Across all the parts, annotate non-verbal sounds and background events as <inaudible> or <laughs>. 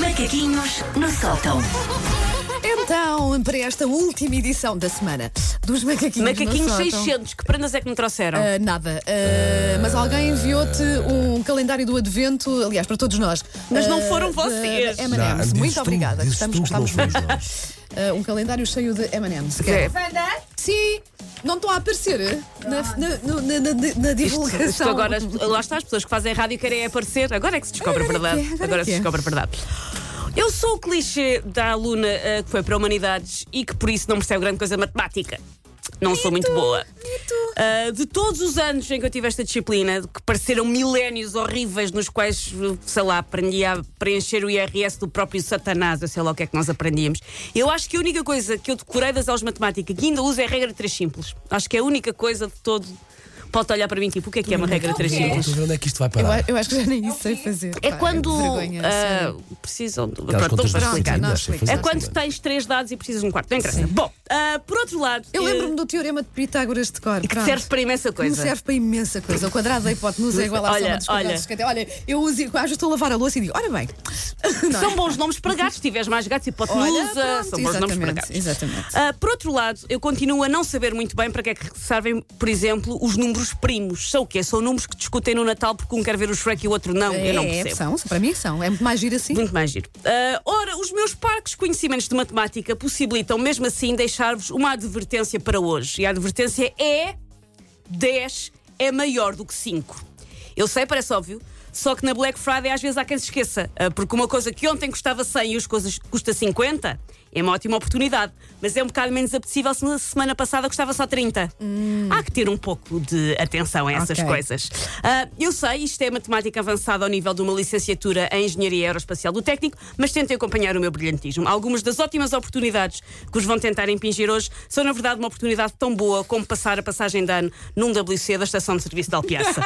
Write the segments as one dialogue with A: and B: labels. A: Macaquinhos no sótão.
B: Então, para esta última edição da semana dos macaquinhos.
C: Macaquinhos
B: no sótão.
C: 600, que prendas é que me trouxeram?
B: Ah, nada. Ah, mas alguém enviou-te um calendário do advento, aliás, para todos nós.
C: Mas não
B: Ah,
C: foram
B: de
C: vocês.
D: Não,
B: M&M's.
D: dizes
B: Muito
D: tu,
B: obrigada.
D: dizes
B: Gostamos,
D: tu que
B: gostamos.
D: não fomos nós.
B: Ah, um calendário cheio de M&M's.
C: Zé,
B: Sim, não estão a aparecer eh? na, na- no- na- na- na- na divulgação.
C: Ah. isto agora, as- lá está, as pessoas que fazem rádio querem aparecer. Agora é que se descobre a
B: Agora é que é,
C: verdade.
B: agora é
C: Agora
B: que
C: se
B: é.
C: descobre a verdade. Eu sou o um clichê da aluna ah, que foi para Humanidades e que por isso não percebe grande coisa de matemática. Não sou muito boa. Ah, de todos os anos em que eu tive esta disciplina, que pareceram milénios horríveis, nos quais, sei lá, aprendi a preencher o IRS do próprio Satanás, eu sei lá o que é que nós aprendíamos. Eu acho que a única coisa que eu decorei das aulas de matemática que ainda uso é a regra de três simples. Acho que é a única coisa de todo. Pode olhar para mim, tipo, o que é que é uma regra de três
D: Não
C: simples?
D: estou a ver onde é que isto vai
B: Eu,
D: parar.
B: a- eu acho que já nem isso sei fazer.
C: É
B: pá,
C: quando
B: que vergonha,
C: ah,
B: sério.
C: precisam. De...
D: Aquelas
C: Pronto,
D: contas
C: vou
D: das
B: pronto,
C: explicar.
B: não,
D: centenas, sem
B: explica.
C: É
D: fazer
C: quando
D: nada.
C: tens três dados e precisas de um quarto. Não interessa. Bom, ah, por outro lado.
B: Eu
C: eh,
B: lembro-me do teorema de Pitágoras de cor.
C: que
B: pronto.
C: serve para imensa
B: Que me
C: coisa.
B: serve para imensa coisa. O quadrado da hipotenusa é igual à
C: Olha,
B: soma dos quadrados.
C: olha.
B: dos catetos. olha, eu uso igual, estou a lavar a louça e digo, ora bem. <laughs> Não é?
C: São bons nomes para gatos. Se tiveres mais gatos,
B: Olha,
C: hipotenusa.
B: pronto,
C: são bons nomes para
B: exatamente,
C: gatos.
B: exatamente.
C: Ah, por outro lado, eu continuo a não saber muito bem para que é que servem, por exemplo, os números primos. São o quê? São números que discutem no Natal porque um quer ver o Shrek e o outro não. eu não
B: É,
C: percebo.
B: é, são, para mim são. É muito mais giro assim.
C: Muito mais giro. Ah, ora, os meus parques conhecimentos de matemática possibilitam, mesmo assim, deixar-vos uma advertência para hoje. E a advertência é: 10 é maior do que 5. Eu sei, parece óbvio. Só que na Black Friday às vezes há quem se esqueça, ah, porque uma coisa que ontem custava 100 e hoje coisas custa 50 é uma ótima oportunidade, mas é um bocado menos apetecível se na semana passada custava só 30. Há que ter um pouco de atenção a essas
B: Ok.
C: coisas coisas. Ah, eu sei, isto é matemática avançada ao nível de uma licenciatura em Engenharia Aeroespacial do Técnico, mas tentem acompanhar o meu brilhantismo. Algumas das ótimas oportunidades que os vão tentar impingir hoje são, na verdade, uma oportunidade tão boa como passar a passagem de ano num WC da Estação de Serviço de
B: <laughs>
C: Alpiaça.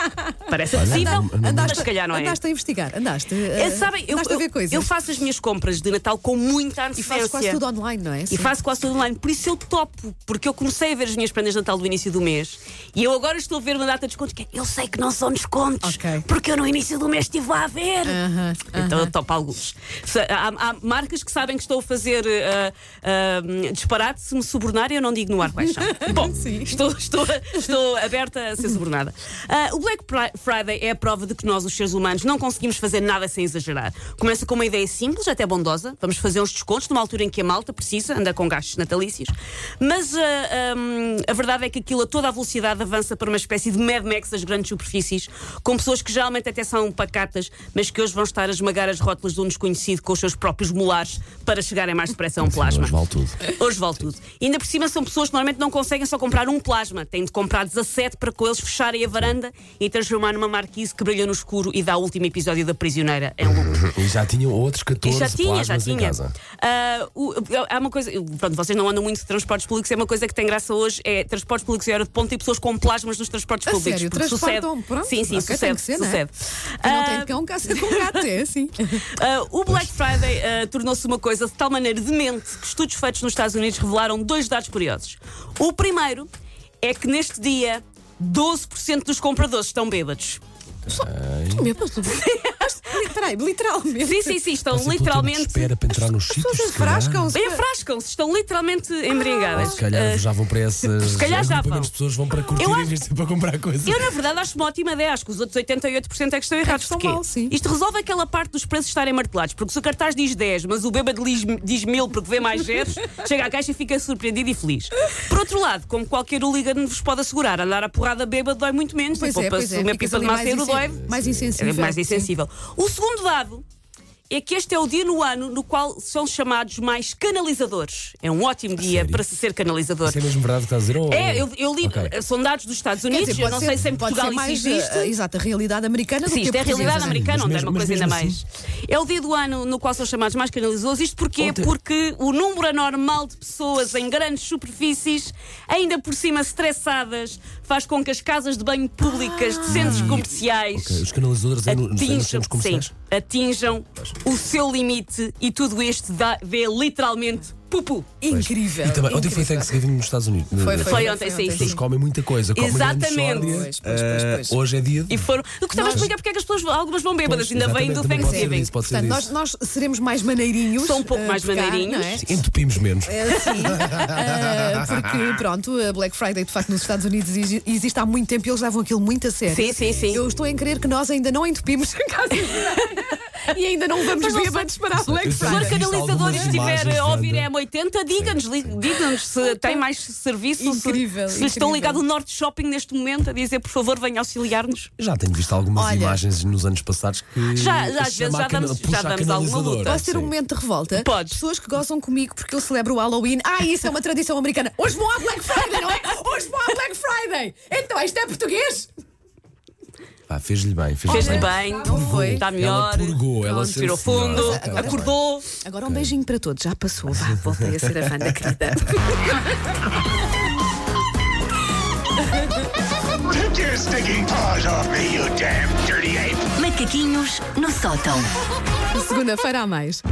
C: Parece possível, mas se calhar não é.
B: Andaste a investigar, andaste.
C: É,
B: eh,
C: sabem, eu,
B: andaste a ver
C: eu-
B: coisas.
C: eu faço as minhas compras de Natal com muita
B: e
C: antecedência.
B: fazes quase tudo online, não é?
C: E faço quase tudo online. Por isso eu topo, porque eu comecei a ver as minhas prendas de Natal do início do mês e eu agora estou a ver uma data de descontos que é, eu sei que não são descontos,
B: Ok.
C: porque eu no início do mês estive lá a ver.
B: Aham,
C: Então eu topo alguns. Se- há, há marcas que sabem que estou a fazer ah, ah, disparate, se me subornarem, eu não digo no ar quais
B: <laughs>
C: são. Bom,
B: Sim.
C: estou, estou, estou aberta a ser subornada. Ah, o Black Pri- Friday é a prova de que nós, os seres humanos, não conseguimos fazer nada sem exagerar. Começa com uma ideia simples, até bondosa. Vamos fazer uns descontos numa altura em que a malta precisa, anda com gastos natalícios. Mas ah, hum, a verdade é que aquilo a toda a velocidade avança para uma espécie de Mad Max das grandes superfícies, com pessoas que geralmente até são pacatas, mas que hoje vão estar a esmagar as rótulas de um desconhecido com os seus próprios molares para chegarem mais depressa a um plasma.
D: Mas vale tudo.
C: Hoje vale tudo. E ainda por cima são pessoas que normalmente não conseguem só comprar um plasma. Têm de comprar 17 para com eles fecharem a varanda e transformar numa marquise que brilha no escuro e dá o último episódio da Prisioneira em lucro.
D: <laughs> E já tinham outros
C: E
D: 14
C: já tinha, já
D: plasmas em
C: tinha.
D: casa.
C: Ah, o- há uma coisa. Pronto, vocês não andam muito de transportes públicos, é uma coisa que tem graça hoje: é transportes públicos e hora de ponta e pessoas com plasmas nos transportes
B: A
C: públicos.
B: sério,
C: porque
B: transportam,
C: sucede.
B: pronto.
C: Sim, sim,
B: Ok, tem
C: sucede.
B: que ser, não é?
C: sucede.
B: Quem não
C: Ah,
B: tem cão, caça com gato,
C: <laughs>
B: é assim.
C: Uh, o Black Friday uh, tornou-se uma coisa de tal maneira demente que estudos feitos nos Estados Unidos revelaram dois dados curiosos. O primeiro é que neste dia 12% dos compradores estão bêbados.
B: Meu Deus, peraí, literalmente.
C: Sim, sim, sim, estão
D: Essa é plataforma de
C: literalmente.
D: espera para entrar nos sítios.
B: Vocês
D: se calhar.
B: frascam-se.
C: Enfrascam-se, estão literalmente embriagadas.
D: Se calhar
C: Uh,
D: já vão para essas.
C: Se calhar já
D: Depois
C: vão.
D: As pessoas vão para curtir
C: Eu
D: em
C: acho-
D: vez de para comprar coisas.
C: Eu, na verdade, acho uma ótima ideia. Acho que os outros 88% é que estão errados.
B: estão
C: Porquê?
B: mal, sim.
C: Isto resolve aquela parte dos preços estarem martelados. Porque se o cartaz diz 10, mas o bêbado diz, diz 1000 porque vê mais
B: <laughs>
C: zeros, chega à caixa e fica surpreendido e feliz. Por outro lado, como qualquer hooligan vos pode assegurar, andar a porrada bêbado dói muito menos.
B: Pois
C: e
B: é, pois
C: poupa-se
B: é.
C: uma pipa
B: ficas
C: de
B: ali mais
C: maceiro dói.
B: insen- Mais insensível.
C: É mais
B: sim.
C: insensível. O segundo dado é que este é o dia no ano no qual são chamados mais canalizadores. É um ótimo dia
D: sério?
C: para se ser canalizador.
D: Isso é mesmo verdade o que estás a dizer? ou-
C: É, eu, eu li,
D: Ok.
C: são dados dos Estados
B: Quer
C: Unidos,
B: dizer,
C: eu
B: pode
C: não
B: ser-
C: sei se em
B: pode ser
C: Portugal
B: mais,
C: isso existe. eh,
B: ah, exato, a realidade americana do
C: Sim,
B: que assim.
C: isto é a
B: portuguesa.
C: realidade americana,
D: Mas
C: onde é
D: mesmo- assim,
C: uma
D: mas
C: coisa ainda
D: mesmo assim.
C: mais. É o dia do ano no qual são chamados mais canalizadores. Isto porquê?
D: Ontem-
C: Porque o número anormal de pessoas em grandes superfícies, ainda por cima estressadas, faz com que as casas de banho públicas de centros comerciais
D: Ah. Ok, Os canalizadores é no- nos
C: atinjam,
D: centros comerciais.
C: sim, atinjam o seu limite e tudo isto dá- vê literalmente pupu.
B: Incrível.
D: E também, ontem
B: incrível.
D: foi Thanksgiving nos Estados Unidos. eh,
B: Foi,
C: Foi
B: foi
C: ontem,
B: ontem,
C: sim,
D: As
B: sim.
D: pessoas comem muita coisa. Comem
C: Exatamente.
D: grande
B: Pois, pois, pois,
D: sódia.
B: pois.
D: Eh, Hoje é dia. de-
C: E foram. Eu gostava de explicar porque é que as pessoas, algumas vão bêbadas,
D: Pois,
C: ainda vêm do
D: exatamente, também pode ser
C: Thanksgiving.
D: disso, pode ser
B: Portanto,
D: disso.
B: nós, nós seremos mais maneirinhos.
C: Sou um pouco
B: eh,
C: mais
B: por cá,
C: maneirinhos.
B: não é?
D: Sim, Entupimos menos.
B: Eh, Sim, Eh, porque pronto, a Black Friday de facto nos Estados Unidos exi- existe há muito tempo e eles levam aquilo muito a sério.
C: Sim, sim, sim.
B: Eu estou em crer que nós ainda não entupimos <laughs> a casa
C: <laughs>
B: e ainda não vamos
C: Mas não
B: bêbados para a Black
D: Eu
C: Se for
B: Friday.
D: Existe
C: canalizador e
D: algumas
C: estiver
D: imagens,
C: a ouvir
D: Wanda.
C: M80, diga-nos li- diga-nos se tem mais serviço, se-
B: Incrível,
C: se, lhes estão
B: incrível.
C: ligados o Norte Shopping neste momento, a dizer, por favor, venha auxiliar-nos.
D: Já tenho visto algumas
B: Olha.
D: imagens nos anos passados que.
C: Já- já às
D: chama
C: vezes já
D: a cana-
C: damos- já
D: puxa a
C: damos alguma
D: canalizadora.
C: luta.
B: Posso ter um
D: Sim.
B: momento de revolta?
C: Podes.
B: Pessoas que gozam comigo porque eu celebro o Halloween. Ah, isso é uma tradição americana. Hoje vão à Black Friday, não é? Hoje vão à Black Friday. Então, isto é português?
D: Pá, Fez-lhe bem.
C: Fez-lhe
D: Fez-lhe bem.
C: bem,
B: não foi.
C: está melhor.
D: Ela purgou, ela
C: Pronto,
D: sim,
C: tirou
D: senhora.
C: fundo,
D: Ok, ok.
C: acordou.
B: Agora um beijinho para todos. Já passou. Vá, voltei a ser a Wanda querida.
A: Take your stinking paws off me, you damn dirty ape!
E: Macaquinhos no sótão.
B: Segunda-feira a mais.